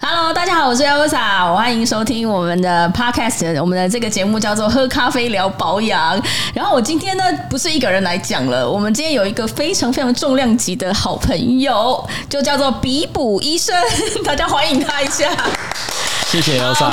Hello，大家好，我是 Elsa，欢迎收听我们的 Podcast，我们的这个节目叫做《喝咖啡聊保养》。然后我今天呢不是一个人来讲了，我们今天有一个非常非常重量级的好朋友，就叫做比补医生， 大家欢迎他一下。谢谢 Elsa，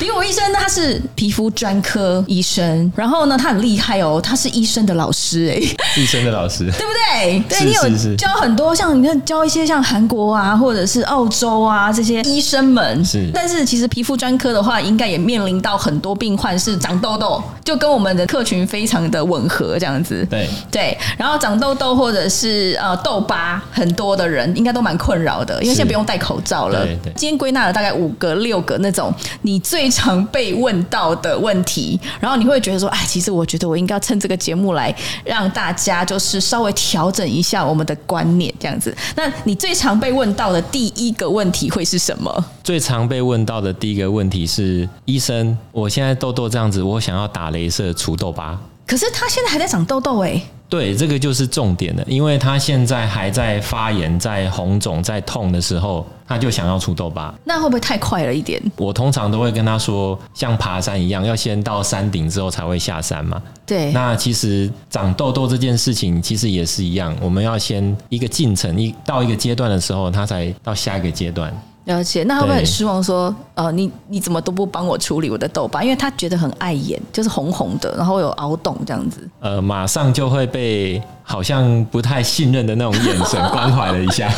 比武医生他是皮肤专科医生，然后呢，他很厉害哦，他是医生的老师哎、医生的老师。对不对？对是你是有是教很多，像你看教一些像韩国啊，或者是澳洲啊这些医生们。是但是其实皮肤专科的话，应该也面临到很多病患是长痘痘，就跟我们的客群非常的吻合这样子。对，对，然后长痘痘或者是呃痘疤，很多的人应该都蛮困扰的，因为是现在不用戴口罩了。对对今天归纳了大概五个、六个那种你最常被问到的问题，然后你会觉得说，哎，其实我觉得我应该要趁这个节目来让大家就是稍微调整一下我们的观念，这样子。那你最常被问到的第一个问题会是什么？最常被问到的第一个问题是：医生，我现在痘痘这样子，我想要打镭射除痘疤。可是他现在还在长痘痘哎、对，这个就是重点了，因为他现在还在发炎、在红肿、在痛的时候，他就想要除痘疤。那会不会太快了一点？我通常都会跟他说，像爬山一样，要先到山顶之后才会下山嘛。对，那其实长痘痘这件事情，其实也是一样，我们要先一个进程，一到一个阶段的时候，他才到下一个阶段。了解，那会不会很对失望说，呃，你你怎么都不帮我处理我的痘疤？因为他觉得很碍眼，就是红红的，然后有凹洞这样子。呃，马上就会被好像不太信任的那种眼神关怀了一下，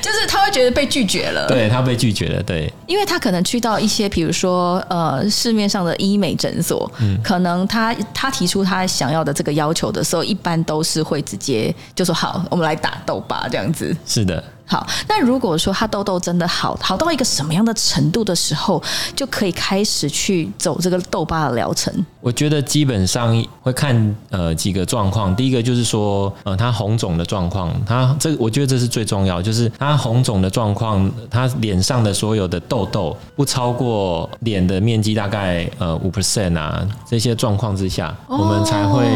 就是他会觉得被拒绝了，对他被拒绝了，对因为他可能去到一些，比如说呃市面上的医美诊所，可能他他提出他想要的这个要求的时候，一般都是会直接就说好，我们来打痘疤这样子。是的，好，那如果说他痘痘真的好好到一个什么样的程度的时候，就可以开始去走这个痘疤的疗程？我觉得基本上会看呃几个状况，第一个就是说呃它红肿的状况，它这我觉得这是最重要，就是它红肿的状况，它脸上的所有的痘痘不超过脸的面积大概呃五 percent 啊，这些状况之下，我们才会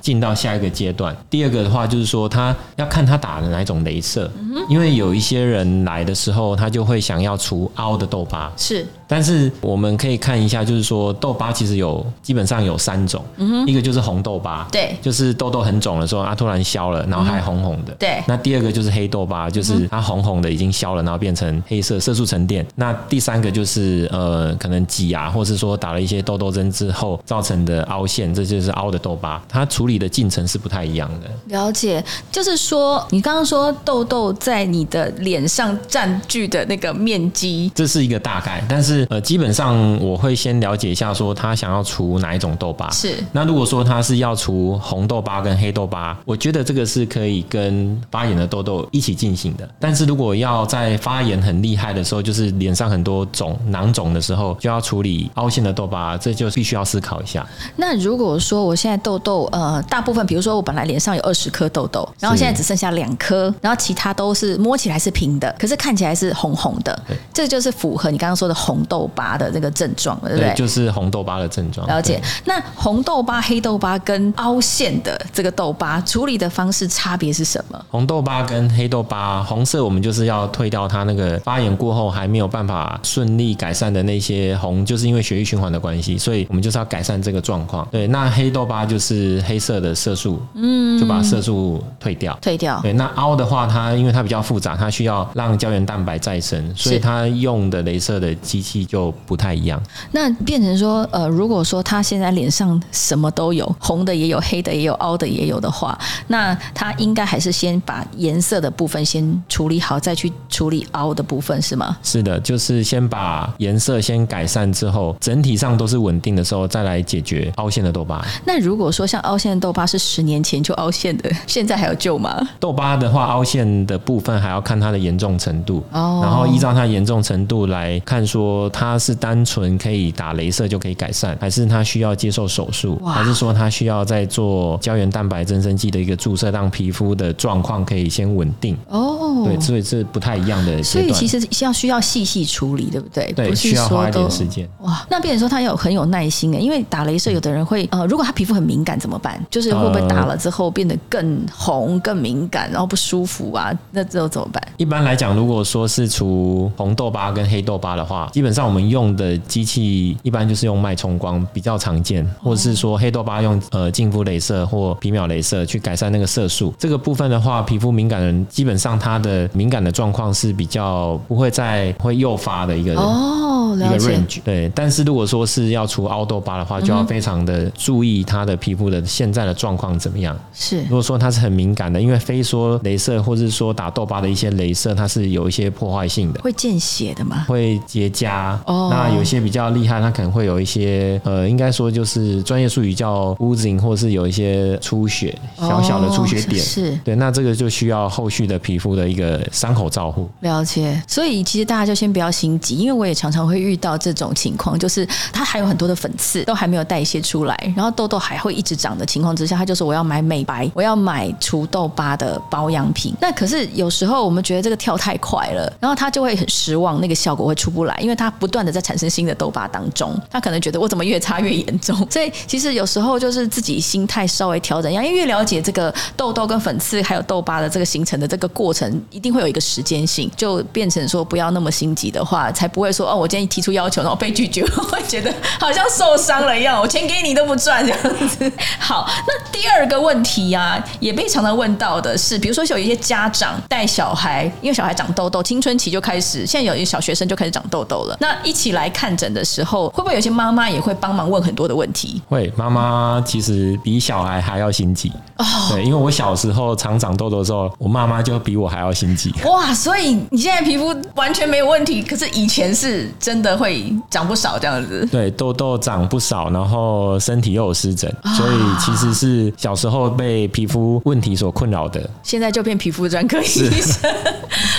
进到下一个阶段。第二个的话就是说，他要看他打的哪一种镭射，因为有一些人来的时候，他就会想要除凹的痘疤，是但是我们可以看一下，就是说痘疤其实有基本上有三种，一个就是红痘疤，嗯对就是痘痘很肿的时候，它啊突然消了，然后还红红的，对那第二个就是黑痘疤，就是它红红的已经消了，然后变成黑色色素沉淀。那第三个就是呃，可能挤啊，或是说打了一些痘痘针之后造成的凹陷，这就是凹的痘疤。它处理的进程是不太一样的。了解，就是说，你刚刚说痘痘在你的脸上占据的那个面积，这是一个大概，但是呃，基本上我会先了解一下，说他想要除哪一种痘疤。是那如果说他是要除红痘疤跟黑痘疤，我觉得这个是可以跟发炎的痘痘一起进行的。但是如果要在发炎很厉害的时候，就是脸上很多肿、囊肿的时候，就要处理凹陷的痘疤，这就必须要思考一下。那如果说我现在痘痘，呃，大部分，比如说我本来脸上有二十颗痘痘，然后是现在只剩下两颗，然后其他都是摸起来是平的，可是看起来是红红的对，这就是符合你刚刚说的红痘疤的这个症状了，对不对？就是红痘疤的症状。了解对。那红痘疤、黑痘疤跟凹陷的这个痘疤处理的方式差别是什么？红痘疤跟黑痘疤，红色我们就是要退掉它那个发炎过后还没有办法顺利改善的那些红，就是因为血液循环的关系，所以我们就是要改善这个状况。对，那黑痘疤就是黑色的色素，嗯，就把色素退掉。退掉。对，那凹的话，它因为它比较复杂，它需要让胶原蛋白再生，所以是它用的镭射的机器就不太一样。那变成说，呃，如果说他现在脸上什么都有，红的也有，黑的也有，凹的也有的话，那他应该还是先把颜色的部分先处理好，再去处理凹的部分，是吗？是的，就是先把颜色先改善之后，整体上都是稳定的时候，再来解决凹陷的痘疤。那如果说像凹陷的痘疤是十年前就凹陷的，现在还有救吗？痘疤的话，凹陷的部分还要看它的严重程度，哦然后依照它严重程度来看，说它是单纯可以打镭射就可以改善，还是它需要接受手术，哇还是说它需要再做胶原蛋白增生剂的一个注射，让皮肤的状况可以先稳定。哦对，所以这不太一样的所阶以段其。实是要需要细细处理，对不对？对不是需要花说一都点时间哇，那变成说他有很有耐心诶，欸因为打镭射，有的人会呃，如果他皮肤很敏感怎么办？就是会不会呃打了之后变得更红、更敏感，然后不舒服啊？那这种怎么办？一般来讲，如果说是除红痘疤跟黑痘疤的话，基本上我们用的机器一般就是用脉冲光比较常见，或者是说黑痘疤用呃净肤镭射或皮秒镭射去改善那个色素。这个部分的话，皮肤敏感人基本上他的敏感的状况是比较不会再会诱发的一个哦，一了个解。 range。对，但是如果说是要除凹痘疤的话，嗯就要非常的注意他的皮肤的现在的状况怎么样。是如果说它是很敏感的，因为非说镭射或是说打痘疤的一些镭射，它是有一些破坏性的。会见血的吗？会结痂，哦那有些比较厉害，它可能会有一些呃，应该说就是专业术语叫 oozing，或是有一些出血，小小的出血点。哦是对，那这个就需要后续的皮肤的一个伤口照护。了解，所以其实大家就先不要心急，因为我也常常会遇到这种情况，就是它还有很多的粉刺都还没有代谢出来，然后痘痘还会一直长的情况之下，他就说我要买美白，我要买除痘疤的保养品。那可是有时候我们觉得这个跳太快了，然后他就会很失望，那个效果会出不来，因为它不断的在产生新的痘疤当中，他可能觉得我怎么越擦越严重，所以其实有时候就是自己心态稍微调整一下，因为越了解这个痘痘跟粉刺还有痘疤的这个形成的这个过程，一定会有一个时间性，就变成说不要那么心急的话，才不会说哦，我今天提出要求，然后被拒绝，我会觉得好像受伤了一样，我钱给你都不赚这样子。好，那第二个问题呀、也被常常问到的是，比如说有一些家长带小孩，因为小孩长痘痘，青春期就开始，现在有一些小学生就开始长痘痘了，那一起来看诊的时候，会不会有些妈妈也会帮忙问很多的问题？会，妈妈其实比小孩还要心急。哦，对，因为我小时候常长痘痘的时候，我妈妈就比我还要心急。 哇，所以你现在皮肤完全没有问题，可是以前是真的会长不少这样子。对，痘痘长不少，然后身体又有湿疹，啊所以其实是小时候被皮肤问题所困扰的。现在就变皮肤专科医生，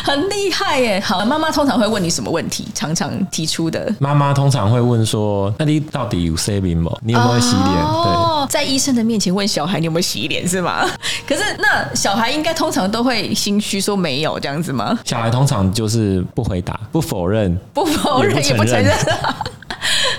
很厉害耶！好，妈妈通常会问你什么问题？常常提出的。妈妈通常会问说：“那你到底有 saving 吗？你有没有洗脸？”哦，在医生的面前问小孩你有没有洗脸是吗？可是那小孩应该通常都会心虚说没有这样子吗？对，小孩通常就是不回答、不否认。不否认也也不不承承认认。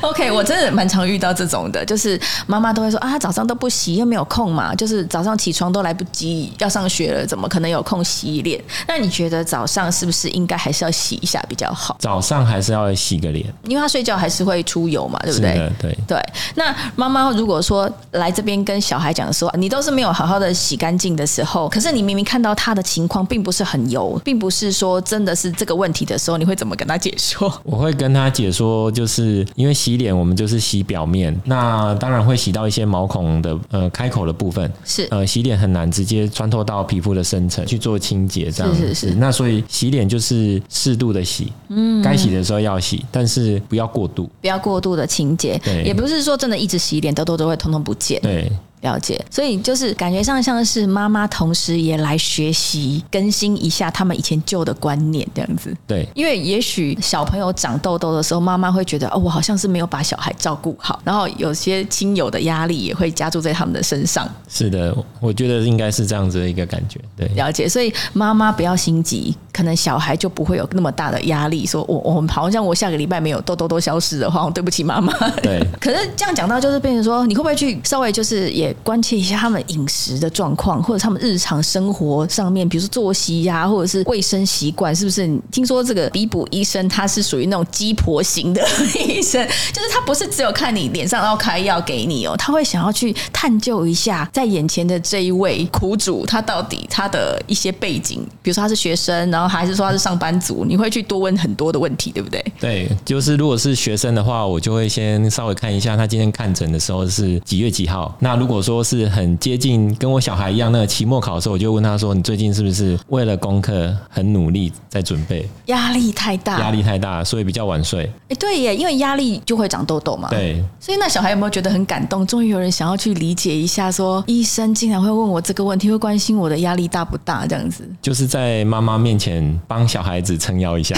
OK，我真的蛮常遇到这种的，就是妈妈都会说啊，早上都不洗，又没有空嘛，就是早上起床都来不及，要上学了，怎么可能有空洗脸？那你觉得早上是不是应该还是要洗一下比较好？早上还是要洗个脸，因为他睡觉还是会出油嘛，对不是对的？，对。对，那妈妈如果说来这边跟小孩讲说，你都是没有好好的洗干净的时候，可是你明明看到他的情况并不是很油，并不是说真的是这个问题的时候，你会怎么跟他解说？我会跟他解说，就是因为洗脸，我们就是洗表面，那当然会洗到一些毛孔的呃开口的部分，是呃洗脸很难直接穿透到皮肤的深层去做清洁，这样是是子是那所以洗脸就是适度的洗，嗯，该洗的时候要洗，但是不要过度。不要过度的清洁对，也不是说真的一直洗脸，痘痘都会通通不见。对，了解，所以就是感觉上像是妈妈，同时也来学习更新一下他们以前旧的观念，这样子。对，因为也许小朋友长痘痘的时候，妈妈会觉得哦，我好像是没有把小孩照顾好，然后有些亲友的压力也会加注在他们的身上。是的，我觉得应该是这样子的一个感觉。对，了解，所以妈妈不要心急，可能小孩就不会有那么大的压力。说我我好像我下个礼拜没有痘痘都消失的话，我对不起妈妈。对，可是这样讲到，就是变成说，你会不会去稍微就是呃也关切一下他们饮食的状况，或者他们日常生活上面，比如说作息呀、或者是卫生习惯，是不是？你听说这个呃比补医生他是属于那种鸡婆型的医生，就是他不是只有看你脸上然后开药给你哦，他会想要去探究一下在眼前的这一位苦主，他到底他的一些背景，比如说他是学生，然后还是说他是上班族，你会去多问很多的问题，对不对？对，就是如果是学生的话，我就会先稍微看一下他今天看诊的时候是几月几号。那如果说是很接近跟我小孩一样，那个期末考的时候，我就问他说：“你最近是不是为了功课很努力在准备？压力太大，压力太大，所以比较晚睡哎，对耶，因为压力就会长痘痘嘛。。对，所以那小孩有没有觉得很感动？终于有人想要去理解一下说，医生竟然会问我这个问题，会关心我的压力大不大这样子。就是在妈妈面前帮小孩子撑腰 一下。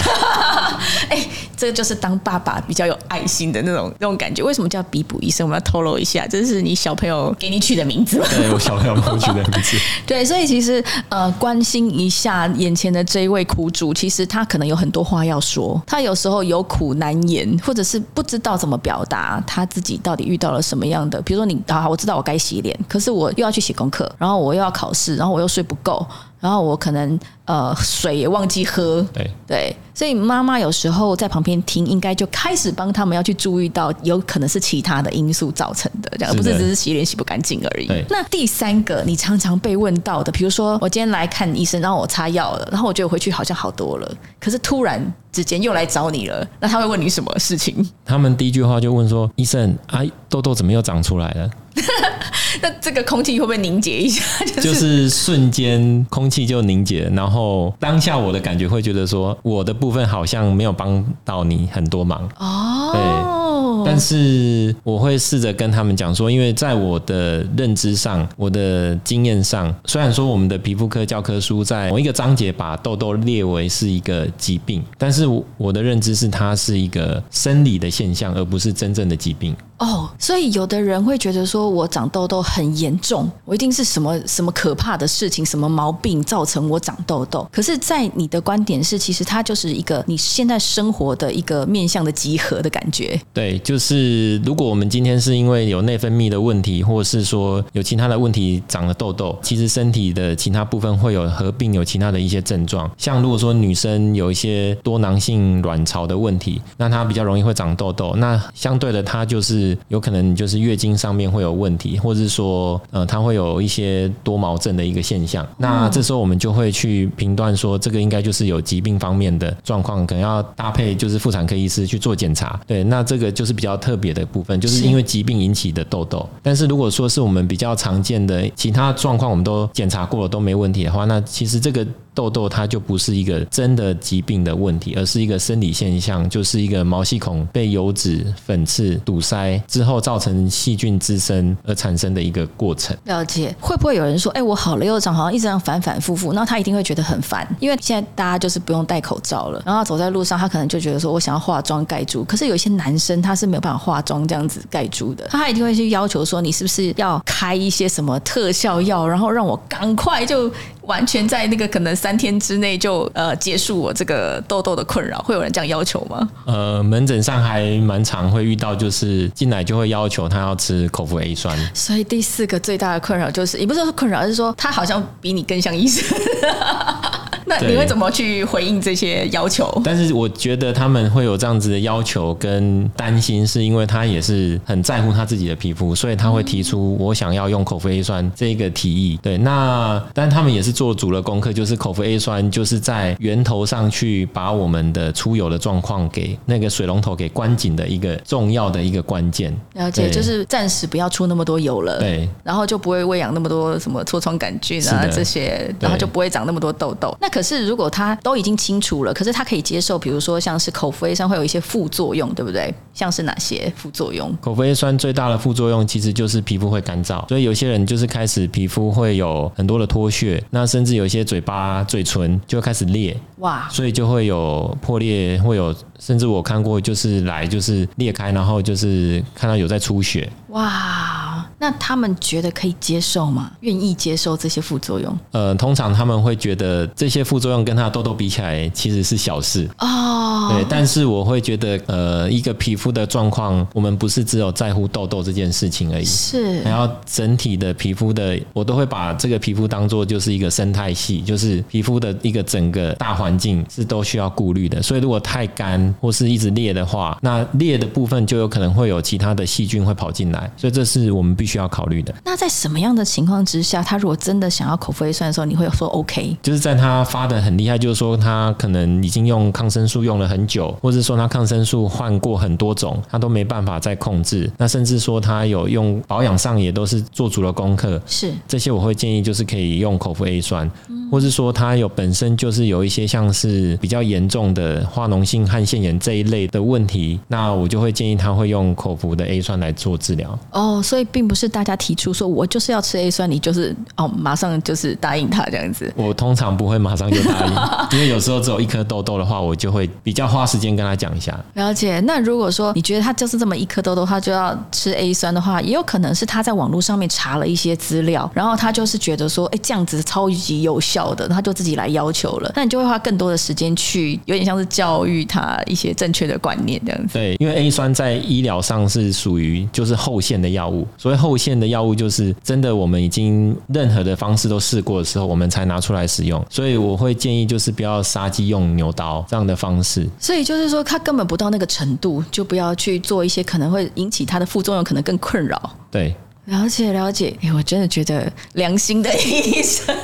哎、这就是当爸爸比较有爱心的那种那种感觉。为什么叫比补医生？我们要透露一下，这是你小朋友给你取的名字吗？对我小朋友帮我取的名 字。对，所以其实呃，关心一下眼前的这一位苦主，其实他可能有很多话要说，他有时候有苦难言，或者是不知道怎么表达他自己到底遇到了什么样的。比如说你，啊，我知道我该洗脸，可是我又要去写功课，然后我又要考试，然后我又睡不够。然然后我可能呃水也忘记喝，对，对，所以妈妈有时候在旁边听，应该就开始帮他们要去注意到，有可能是其他的因素造成的，这样而不是的是只是洗脸洗不干净而已对。那第三个，你常常被问到的，比如说我今天来看医生，然后我擦药了，然后我觉得我回去好像好多了，可是突然之间又来找你了，那他会问你什么事情？ 他们第一句话就问说：“医生啊，痘痘怎么又长出来了那这个空气会不会凝结一下？？”就是、就是瞬间空气就凝结，然后当下我的感觉会觉得说，我的部分好像没有帮到你很多忙，哦，但是我会试着跟他们讲说，因为在我的认知上、我的经验上，虽然说我们的皮肤科教科书在某一个章节把痘痘列为是一个疾病，但是我我的认知是它是一个生理的现象，而不是真正的疾病。哦，所以有的人会觉得说，我长痘痘很严重，我一定是什么什么可怕的事情、什么毛病造成我长痘痘。可是，在你的观点是，其实它就是一个你现在生活的一个面向的集合的感觉。对，就是如果我们今天是因为有内分泌的问题，或是说有其他的问题长了痘痘，其实身体的其他部分会有合并有其他的一些症状。像如果说女生有一些多囊性卵巢的问题，那她比较容易会长痘痘。那相对的，她就是有可能就是月经上面会有问题，或者是说呃，她会有一些多毛症的一个现象。那这时候我们就会去评断说，这个应该就是有疾病方面的状况，可能要搭配就是妇产科医师去做检查。对，那这个就是比较特别的部分，就是因为疾病引起的痘痘。但是如果说是我们比较常见的其他状况，我们都检查过了都没问题的话，那其实这个。痘痘它就不是一个真的疾病的问题，而是一个生理现象，就是一个毛细孔被油脂、粉刺堵塞之后造成细菌滋生而产生的一个过程。了解，会不会有人说，哎、我好了又长，好像一直这样反反复复，那他一定会觉得很烦，因为现在大家就是不用戴口罩了，然后走在路上，他可能就觉得说我想要化妆盖住，可是有一些男生他是没有办法化妆这样子盖住的，他一定会去要求说，你是不是要开一些什么特效药，然后让我赶快就完全在那个可能三天之内就呃结束我这个痘痘的困扰，会有人这样要求吗？呃，门诊上还蛮常会遇到，就是进来就会要求他要吃口服 A 酸，所以第四个最大的困扰就是，也不是说困扰，而是说他好像比你更像医生。 那对你会怎么去回应这些要求？但是我觉得他们会有这样子的要求跟担心，是因为他也是很在乎他自己的皮肤，所以他会提出我想要用口服 A 酸这个提议。对，那但他们也是做足了功课，就是口服 A 酸就是在源头上去把我们的出油的状况给那个水龙头给关紧的一个重要的一个关键。了解，对就是暂时不要出那么多油了，对，然后就不会喂养那么多什么痤疮杆菌啊是的这些，然后就不会长那么多痘痘。那可是如果他都已经清除了，可是他可以接受，比如说像是口服 A 酸会有一些副作用，对不对？像是哪些副作用？口服 A 酸最大的副作用其实就是皮肤会干燥，所以有些人就是开始皮肤会有很多的脱屑，那甚至有一些嘴巴、嘴唇就会开始裂，哇，所以就会有破裂，会有甚至我看过就是来就是裂开，然后就是看到有在出血。哇，那他们觉得可以接受吗？愿意接受这些副作用？呃，通常他们会觉得这些副作用跟他的痘痘比起来其实是小事，哦，对，但是我会觉得，呃，一个皮肤的状况，我们不是只有在乎痘痘这件事情而已，是还要整体的皮肤的，我都会把这个皮肤当做就是一个生态系，就是皮肤的一个整个大环境是都需要顾虑的。所以如果太干或是一直裂的话，那裂的部分就有可能会有其他的细菌会跑进来，所以这是我们必须要考虑的。那在什么样的情况之下，他如果真的想要口服 A 酸的时候，你会说 OK？就是在他发的很厉害，就是说他可能已经用抗生素用了很久，或者说他抗生素换过很多种，他都没办法再控制。那甚至说他有用保养上也都是做足了功课，是这些我会建议就是可以用口服 A 酸，或是说它有本身就是有一些像是比较严重的化脓性汗腺炎这一类的问题，那我就会建议他会用口服的 A 酸来做治疗。哦，所以并不是大家提出说我就是要吃 A 酸，你就是哦马上就是答应他这样子。我通常不会马上就答应，因为有时候只有一颗痘痘的话，我就会比较花时间跟他讲一下。了解。那如果说你觉得他就是这么一颗痘痘，他就要吃 A 酸的话，也有可能是他在网络上面查了一些资料，然后他就是觉得说，哎，这样子超级有效的，他就自己来要求了。那你就会花更多的时间去，有点像是教育他一些正确的观念这样子。对，因为 A 酸在医疗上是属于就是后线的药物，所谓后后线的药物就是真的，我们已经任何的方式都试过的时候，我们才拿出来使用。所以我会建议就是不要杀鸡用牛刀这样的方式。所以就是说，他根本不到那个程度，就不要去做一些可能会引起他的副作用，可能更困扰。对，了解了解，哎、我真的觉得良心的医生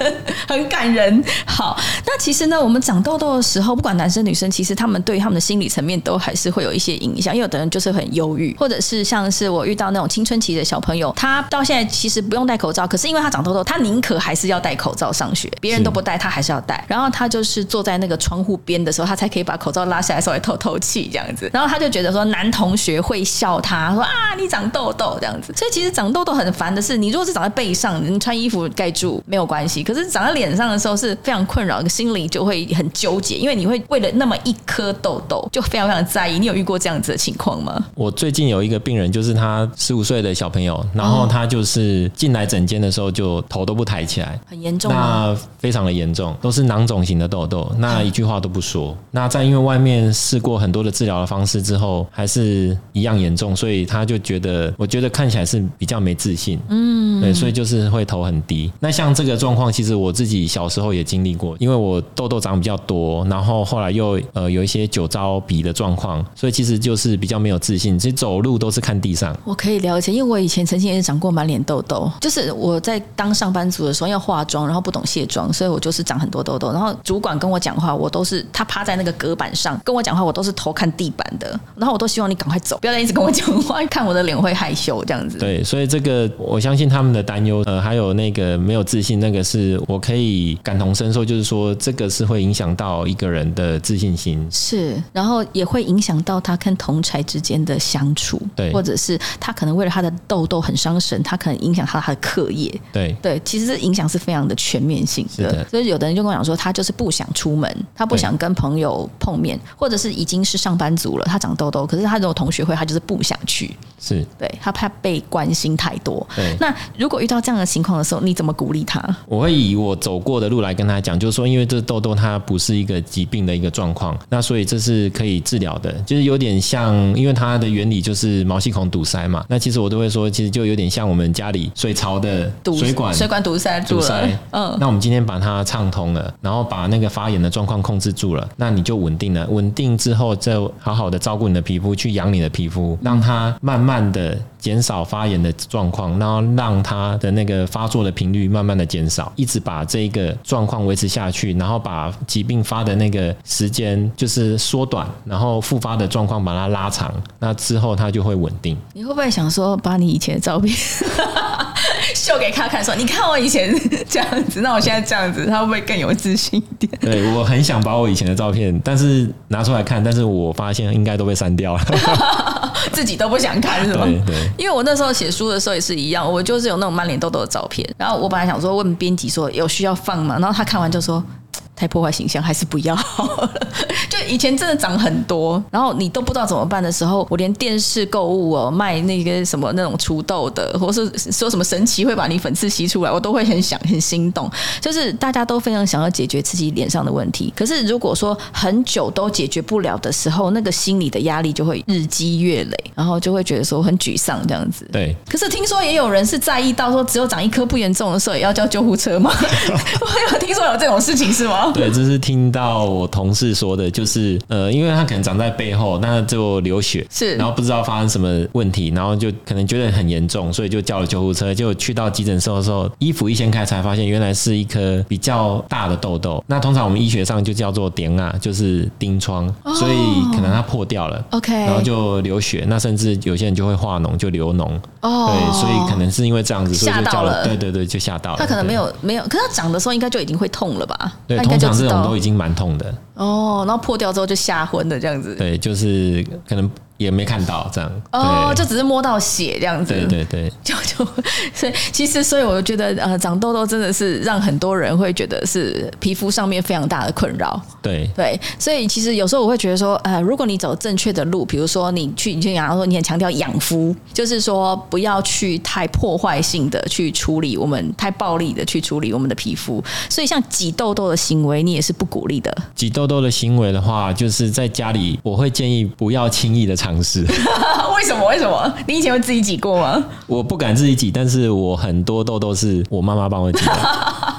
很感人。好，那其实呢，我们长痘痘的时候，不管男生女生，其实他们对于他们的心理层面都还是会有一些影响。因为有的人就是很忧郁，或者是像是我遇到那种青春期的小朋友，他到现在其实不用戴口罩，可是因为他长痘痘，他宁可还是要戴口罩上学，别人是都不戴，他还是要戴。然后他就是坐在那个窗户边的时候，他才可以把口罩拉下来，稍微透透气这样子。然后他就觉得说，男同学会笑他说啊，你长痘痘这样子。所以其实长痘痘很烦的是，你如果是长在背上，你穿衣服盖住没有关系，可是长在脸上的时候是非常困扰，心里就会很纠结，因为你会为了那么一颗痘痘就非常非常在意。你有遇过这样子的情况吗？我最近有一个病人，就是他十五岁的小朋友，然后他就是进来诊间的时候就头都不抬起来，很严重吗？那非常的严重，都是囊肿型的痘痘，那一句话都不说。那在因为外面试过很多的治疗的方式之后，还是一样严重，所以他就觉得，我觉得看起来是比较没自信，嗯，对，所以就是会头很低。那像这个状况，其实我自己小时候也经历过，因为我痘痘长比较多，然后后来又呃有一些酒糟鼻的状况，所以其实就是比较没有自信，其实走路都是看地上。我可以了解，因为我以前曾经也长过满脸痘痘，就是我在当上班族的时候要化妆，然后不懂卸妆，所以我就是长很多痘痘。然后主管跟我讲话，我都是他趴在那个隔板上跟我讲话，我都是头看地板的，然后我都希望你赶快走，不要再一直跟我讲话，看我的脸会害羞这样子。对，所以这个我相信他们的担忧，呃，还有那个没有自信，那个是我可以感同身受，就是说这个是会影响到一个人的自信心。是，然后也会影响到他跟同才之间的相处，对或者是他可能为了他的痘痘很伤神，他可能影响他他的课业，对，对，其实这影响是非常的全面性的。是的所以有的人就跟我讲说，他就是不想出门，他不想跟朋友碰面，或者是已经是上班族了，他长痘痘，可是他这种同学会，他就是不想去，是对他怕被关心太多。对。那如果遇到这样的情况的时候，你怎么鼓励他？我会以我走过的路来跟他讲，就是说，因为这痘痘它不是一个疾病的一个状况，那所以这是可以治疗的，就是有点像，因为它的原理就是毛细孔堵塞嘛。那其实我都会说，其实就有点像我们家里水槽的堵水管水管堵塞住堵了塞，，嗯，那我们今天把它畅通了，然后把那个发炎的状况控制住了，那你就稳定了。稳定之后，再好好的照顾你的皮肤，去养你的皮肤，让它慢慢的减少发炎的状况，然后让它的那个发作的频率慢慢的减少，一直把这个状况维持下去，然后把疾病发的那个时间就是缩短，然后复发的状况把它拉长，那之后它就会稳定。你会不会想说，把你以前的照片 秀给他看，说你看我以前 这样子，那我现在这样子，他会不会更有自信一点？对我很想把我以前的照片，但是拿出来看，但是我发现应该都被删掉了。自己都不想看是吗？ 对对因为我那时候写书的时候也是一样，我就是有那种满脸痘痘的照片，然后我本来想说问编辑说有需要放吗，然后他看完就说。嘖太破坏形象，还是不要好了。就以前真的长很多，然后你都不知道怎么办的时候，我连电视购物哦，卖那个什么那种除痘的，或是说什么神奇会把你粉刺吸出来，我都会很想很心动。就是大家都非常想要解决自己脸上的问题，可是如果说很久都解决不了的时候，那个心理的压力就会日积月累，然后就会觉得说很沮丧这样子。对，可是听说也有人是在意到说，只有长一颗不严重的时候，也要叫救护车 吗？我有听说有这种事情是吗？对，这是听到我同事说的，就是呃，因为他可能长在背后，那就流血，是然后不知道发生什么问题，然后就可能觉得很严重，所以就叫了救护车。结果去到急诊室的时候，衣服一掀开才发现原来是一颗比较大的痘痘。那通常我们医学上就叫做点啊，就是钉疮，所以可能它破掉了。哦 OK 然后就流血，那甚至有些人就会化脓，就流脓。哦对，所以可能是因为这样子，所以吓就到叫了对对对，就吓到了。哦他可能对没有没有，可是他长的时候应该就已经会痛了吧？对，他应该通就常知这种道都已经蛮痛的。哦，然后破掉之后就吓昏了这样子。对，就是可能也没看到这样。哦，就对只是摸到血这样子。对对对就就所以其实所以我觉得呃长痘痘真的是让很多人会觉得是皮肤上面非常大的困扰。对对，所以其实有时候我会觉得说，呃，如果你走正确的路，比如说你去，你就讲说你很强调养肤，就是说不要去太破坏性的去处理我们太暴力的去处理我们的皮肤，所以像挤痘痘的行为，你也是不鼓励的。挤痘痘的行为的话，就是在家里，我会建议不要轻易的尝尝试。 为什么？为什么？你以前会自己挤过吗？我不敢自己挤，但是我很多痘痘是我妈妈帮我 挤的。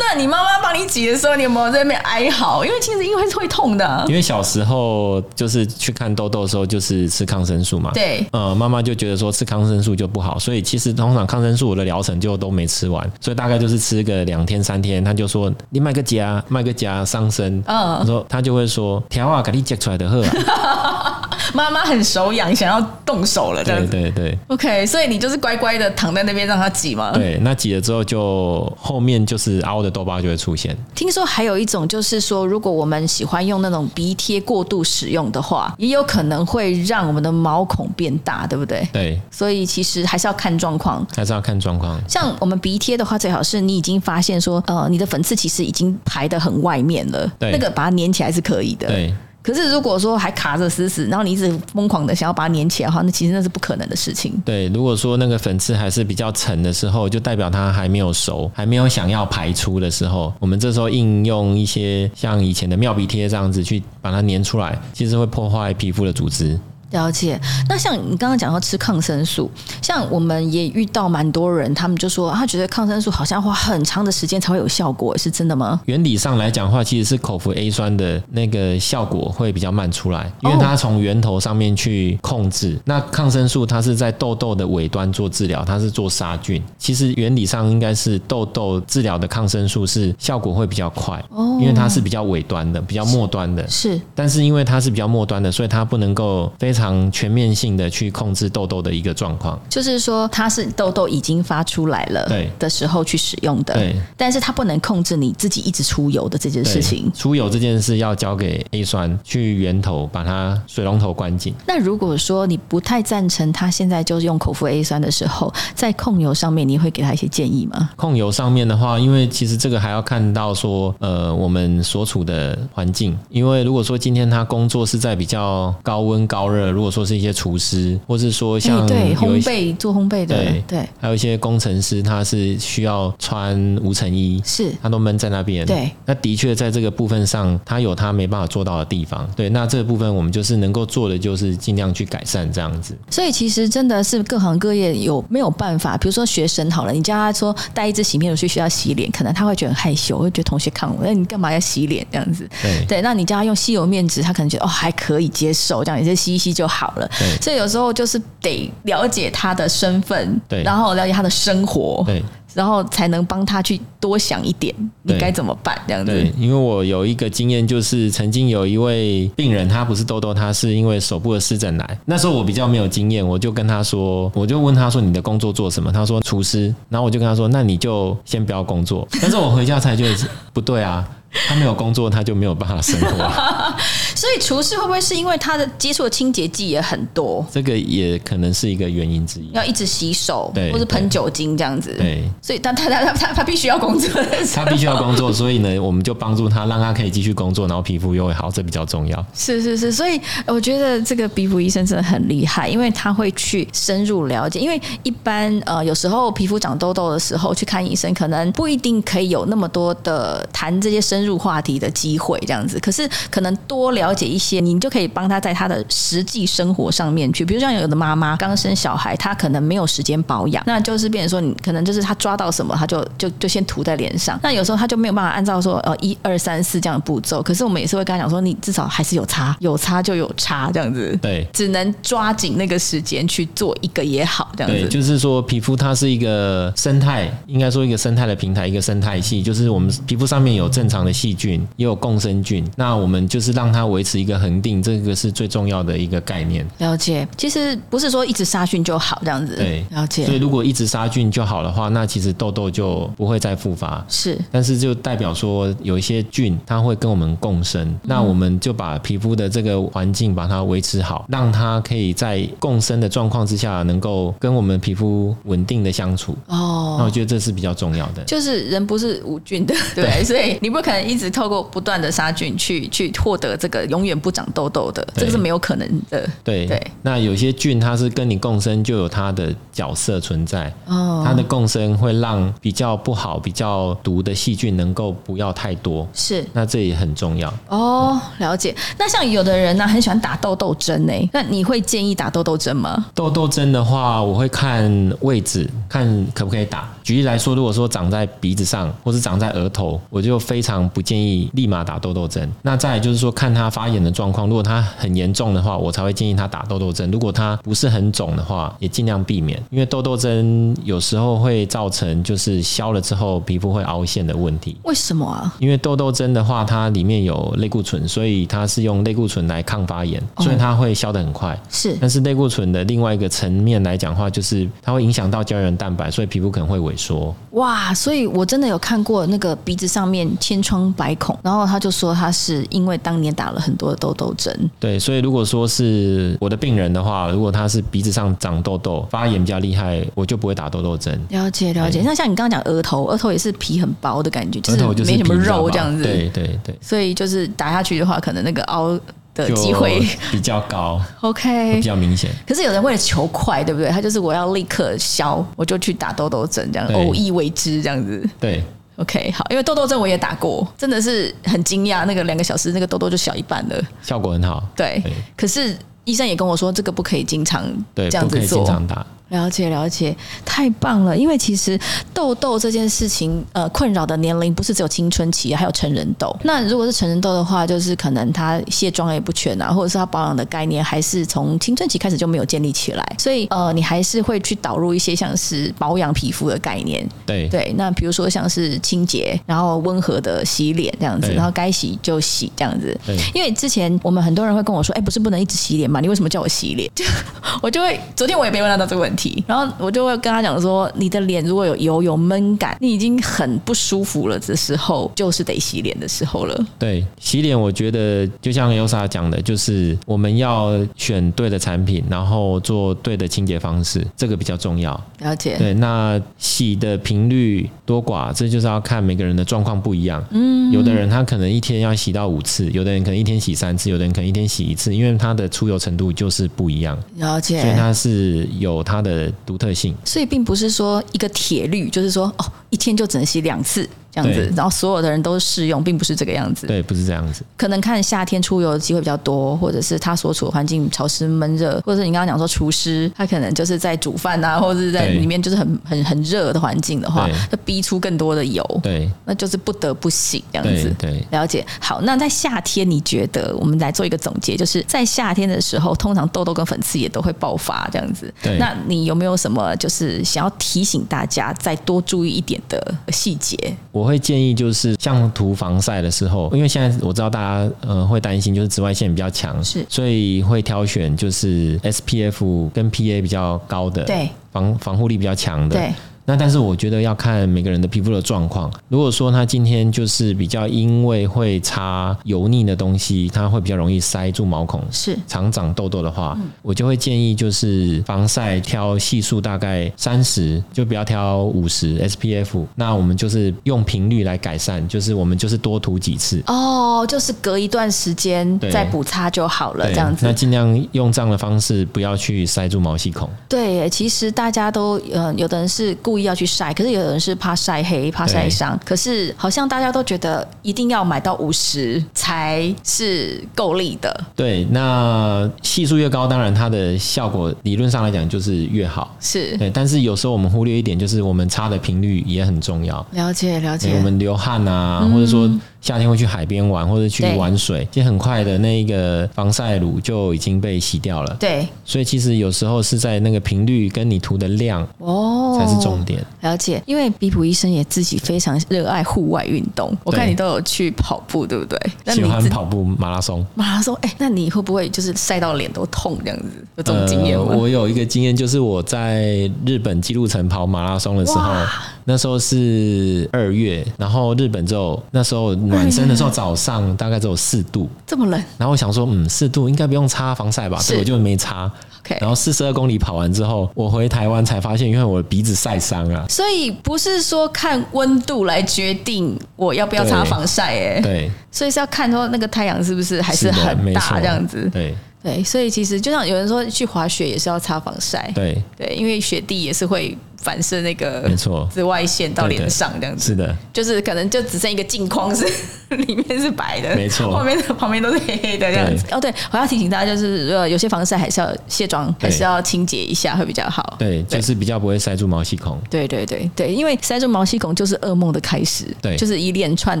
那你妈妈帮你挤的时候，你有没有在那边哀嚎？因为其实因为是会痛的啊、因为小时候就是去看痘痘的时候，就是吃抗生素嘛。对呃，妈妈就觉得说吃抗生素就不好，所以其实通常抗生素我的疗程就都没吃完，所以大概就是吃个两天三天，她就说你买个夹，买个啊夹伤身。嗯嗯，说她就会说条啊，给你夹出来的喝、啊。妈妈很手痒，想要动手了这样子。对对对 OK，所以你就是乖乖的躺在那边让它挤吗？对，那挤了之后就后面就是凹的痘疤就会出现。听说还有一种就是说，如果我们喜欢用那种鼻贴过度使用的话，也有可能会让我们的毛孔变大，对不对？对，所以其实还是要看状况。还是要看状况。像我们鼻贴的话，最好是你已经发现说，呃，你的粉刺其实已经排得很外面了，对那个把它粘起来是可以的。对，可是如果说还卡着死死，然后你一直疯狂的想要把它粘起来的话，那其实那是不可能的事情。对，如果说那个粉刺还是比较沉的时候，就代表它还没有熟，还没有想要排出的时候，我们这时候应用一些像以前的妙鼻贴这样子去把它粘出来，其实会破坏皮肤的组织。了解。那像你刚刚讲到吃抗生素，像我们也遇到蛮多人，他们就说啊他觉得抗生素好像要花很长的时间才会有效果，是真的吗？原理上来讲的话，其实是口服 A 酸的那个效果会比较慢出来，因为它从源头上面去控制。那抗生素它是在痘痘的尾端做治疗，它是做杀菌。其实原理上应该是痘痘治疗的抗生素是效果会比较快，哦因为它是比较尾端的、比较末端的。是但是因为它是比较末端的，所以它不能够非常全面性的去控制痘痘的一个状况。就是说它是痘痘已经发出来了对的时候去使用的，对但是它不能控制你自己一直出油的这件事情对。出油这件事要交给 A 酸去源头把它水龙头关紧。那如果说你不太赞成他现在就是用口服 A 酸的时候，在控油上面，你会给他一些建议吗？控油上面的话，因为其实这个还要看到说，呃，我们所处的环境。因为如果说今天他工作是在比较高温高热，如果说是一些厨师，或是说像哎对，有一烘些焙做烘焙的，对对还有一些工程师，他是需要穿无尘衣，是他都闷在那边。对，那的确在这个部分上，他有他没办法做到的地方。对，那这个部分我们就是能够做的，就是尽量去改善这样子。所以其实真的是各行各业有没有办法？比如说学生好了，你叫他说带一支洗面乳去学校洗脸，可能他会觉得很害羞，会觉得同学看我，哎那你干嘛要洗脸这样子？对对，那你叫他用吸油面纸，他可能觉得哦还可以接受，这样也是吸一吸就好了。对所以有时候就是得了解他的身份，对然后了解他的生活，对然后才能帮他去多想一点，你对该怎么办这样子。对，因为我有一个经验，就是曾经有一位病人，他不是痘痘，他是因为手部的湿疹来。那时候我比较没有经验，我就跟他说，我就问他说你的工作做什么？他说厨师。然后我就跟他说，那你就先不要工作。但是我回家才觉得不对啊，他没有工作，他就没有办法生活啊。所以厨师会不会是因为他的接触的清洁剂也很多，这个也可能是一个原因 之一。要一直洗手，对或是喷对酒精这样子？对，所以他他他他他他必须要工作的时他候，必 须要工作，所以呢，我们就帮助他，让他可以继续工作，然后皮肤又会好，这比较重要。是是是，所以呃我觉得这个皮肤医生真的很厉害，因为他会去深入了解。因为一般呃，有时候皮肤长痘痘的时候去看医生，可能不一定可以有那么多的谈这些深入话题的机会，这样子。可是可能多了解一些，你就可以帮他在他的实际生活上面去，比如像有的妈妈刚生小孩，她可能没有时间保养，那就是变成说你可能就是她抓到什么，她就就就先涂在脸上。那有时候她就没有办法按照说呃一二三四这样的步骤，可是我们也是会跟她讲说，你至少还是有擦，有擦就有擦这样子，对，只能抓紧那个时间去做一个也好这对，样子。就是说皮肤它是一个生态，应该说一个生态的平台，一个生态系，就是我们皮肤上面有正常的细菌，也有共生菌，那我们就是让它维持一个恒定，这个是最重要的一个概念。了解，其实不是说一直杀菌就好这样子。对，了所以解如果一直杀菌就好的话，那其实痘痘就不会再复发。是。但是就代表说有一些菌，它会跟我们共生，嗯那我们就把皮肤的这个环境把它维持好，让它可以在共生的状况之下，能够跟我们皮肤稳定的相处。哦那我觉得这是比较重要的。就是人不是无菌的，对，所以你不可能一直透过不断的杀菌去去获得这个永远不长痘痘的，对这个是没有可能的。对对那有些菌它是跟你共生，就有它的角色存在。哦它的共生会让比较不好、比较毒的细菌能够不要太多，是那这也很重要。哦，了解。那像有的人呢、很喜欢打痘痘针诶、那你会建议打痘痘针吗？痘痘针的话，我会看位置，看可不可以打。举例来说，如果说长在鼻子上，或是长在额头，我就非常不建议立马打痘痘针。那再来就是说，看它发炎的状况，如果它很严重的话，我才会建议他打痘痘针。如果它不是很肿的话，也尽量避免，因为痘痘针有时候会造成就是消了之后皮肤会凹陷的问题。为什么啊？因为痘痘针的话，它里面有类固醇，所以它是用类固醇来抗发炎，所以它会消得很快。是但是类固醇的另外一个层面来讲的话，就是它会影响到胶原蛋白，所以皮肤可能会萎缩。哇，所以我真的有看过那个鼻子上面千疮百孔，然后他就说他是因为当年打了很多的痘痘针。对，所以如果说是我的病人的话，如果他是鼻子上长痘痘、发炎比较厉害，我就不会打痘痘针。了解了解。那像你刚刚讲额头，额头也是皮很薄的感觉，就额头就是没什么皮比较肉薄这样子。对对对，所以就是打下去的话，可能那个凹的就呃机会。哎比较高，比 OK，较明显。可是有人为了求快，对不对？他就是我要立刻消，我就去打痘痘针，这样对偶意为之，这样子。对， OK，好，因为痘痘针我也打过，真的是很惊讶，那个两个小时那个痘痘就小一半了。效果很好。对，对可是医生也跟我说，这个不可以经常对，这样不可子以做经。常打。了解了解，太棒了！因为其实痘痘这件事情，呃，困扰的年龄不是只有青春期，还有成人痘。那如果是成人痘的话，就是可能他卸妆也不全啊，或者是他保养的概念还是从青春期开始就没有建立起来，所以呃，你还是会去导入一些像是保养皮肤的概念。对对，那比如说像是清洁，然后温和的洗脸这样子，对然后该洗就洗这样子对。因为之前我们很多人会跟我说，哎、不是不能一直洗脸嘛？你为什么叫我洗脸？就 我就会，昨天我也被问到这个问题，然后我就会跟他讲说，你的脸如果有油有闷感，你已经很不舒服了的时候，就是得洗脸的时候了。对，洗脸我觉得就像 Elsa 讲的，就是我们要选对的产品，然后做对的清洁方式，这个比较重要。 了解，对，那洗的频率多寡，这就是要看每个人的状况不一样。嗯，有的人他可能一天要洗到五次，有的人可能一天洗三次，有的人可能一天洗一次，因为他的出油程度就是不一样，了解。所以它是有它的独特性。所以并不是说一个铁律，就是说哦，一天就只能洗两次这样子对，然后所有的人都适用，并不是这个样子。对，不是这样子。可能看夏天出游的机会比较多，或者是他所处的环境潮湿闷热，或者是你刚刚讲说厨师，他可能就是在煮饭啊，或者是在对里面就是很很很热的环境的话对，就逼出更多的油，对，那就是不得不洗这样对子，。对。了解，好，那在夏天，你觉得我们来做一个总结，就是在夏天的时候，通常痘痘跟粉刺也都会爆发这样子。对那你有没有什么就是想要提醒大家再多注意一点的细节？我会建议就是像涂防晒的时候，因为现在我知道大家呃会担心就是紫外线比较强，是所以会挑选就是 SPF 跟 PA 比较高的，对，防防护力比较强的，对。那但是我觉得要看每个人的皮肤的状况。如果说他今天就是比较因为会擦油腻的东西，它会比较容易塞住毛孔，是常长痘痘的话，我就会建议就是防晒挑系数大概三十，就不要挑五十 SPF。那我们就是用频率来改善，就是我们就是多涂几次。哦，就是隔一段时间对再补擦就好了，对这样那子。尽量用这样的方式，不要去塞住毛细孔。对耶，其实大家都，嗯，有的人是故意要去晒，可是有的人是怕晒黑、怕晒伤。可是好像大家都觉得一定要买到五十才是够力的，对，那系数越高，当然它的效果理论上来讲就是越好。是对，但是有时候我们忽略一点，就是我们擦的频率也很重要。了解了对，我解。们流汗啊，或者说夏天会去海边玩，或者去嗯对玩水，其实很快的那一个防晒乳就已经被洗掉了。对所以其实有时候是在那个频率跟你涂的量哦，才是重点。了解，因为比普医生也自己非常热爱户外运动，我看对你都有去跑步，对不对？那喜你欢自跑步、马拉松。马拉松，哎、那你会不会就是晒到脸都痛这样子？有这种经验吗？呃我有一个经验，就是我在日本纪录城跑马拉松的时候哇，那时候是二月，然后日本只有那时候暖身的时候早上大概只有四度，这么冷，然后我想说，嗯，四度应该不用擦防晒吧？是对，我就没擦。 OK 然后四十二公里跑完之后，我回台湾才发现，因为我的鼻子晒伤啊了。所以不是说看温度来决定我要不要擦防晒、欸，哎，对，所以是要看说那个太阳是不是还是是的很没大错这样子。对对，所以其实就像有人说去滑雪也是要擦防晒，对，对，因为雪地也是会反射那个没错紫外线到对对脸上呃这样子。是的，就是可能就只剩一个镜框是 里面是白的，没错后面的旁边都是黑黑的这样子。哦，对，我要提醒大家，就是呃，有些防晒还是要卸妆，还是要清洁一下会比较好。对，就是比较不会塞住毛细孔。对对对对，因为塞住毛细孔就是噩梦的开始，对就是一连串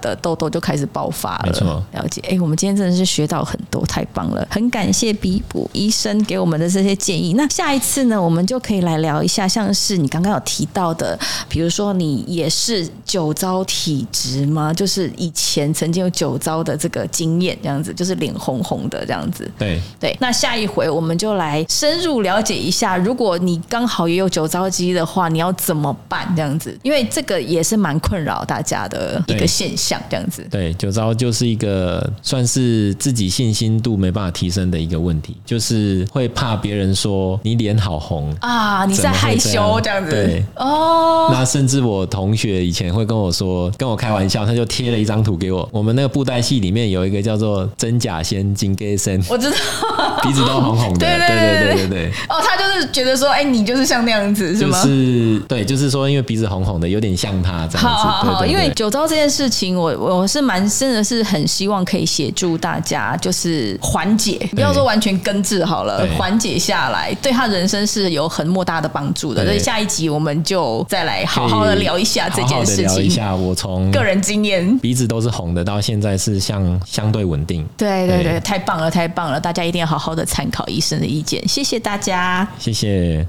的痘痘就开始爆发了。没错了解。哎、我们今天真的是学到很多，太棒了！很感谢比卜医生给我们的这些建议。那下一次呢，我们就可以来聊一下，像是你刚刚有提到的，比如说你也是酒糟体质吗？就是以前曾经有酒糟的这个经验，这样子，就是脸红红的这样子。对，对，那下一回我们就来深入了解一下，如果你刚好也有酒糟肌的话，你要怎么办？这样子，因为这个也是蛮困扰大家的一个对现象，这样子。对，酒糟就是一个算是自己信心度没办法提升的一个问题，就是会怕别人说你脸好红。啊，你在怎么害会这样羞这样子对哦，那甚至我同学以前会跟我说，跟我开玩笑，他就贴了一张图给我。我们那个布袋戏里面有一个叫做真假仙金 龟仙， 我知道。鼻子都红红的。对对对对对对对哦，他就是觉得说，哎、你就是像那样子，对，是就吗？是对，就是说因为鼻子红红的，有点像他这样子。好好好，对对对因为酒糟这件事情，我我是蛮真的是很希望可以协助大家，就是缓解，不要说完全根治好了，对缓解下来，对他人生是有很莫大的帮助的。对所以下一集我们就再来好好的聊一下这件事情，好好地聊一下嗯我从个人经验。鼻子都是红的，到现在是相相对稳定。对对对，对太棒了，太棒了！大家一定要好好的参考医生的意见，谢谢大家。谢谢。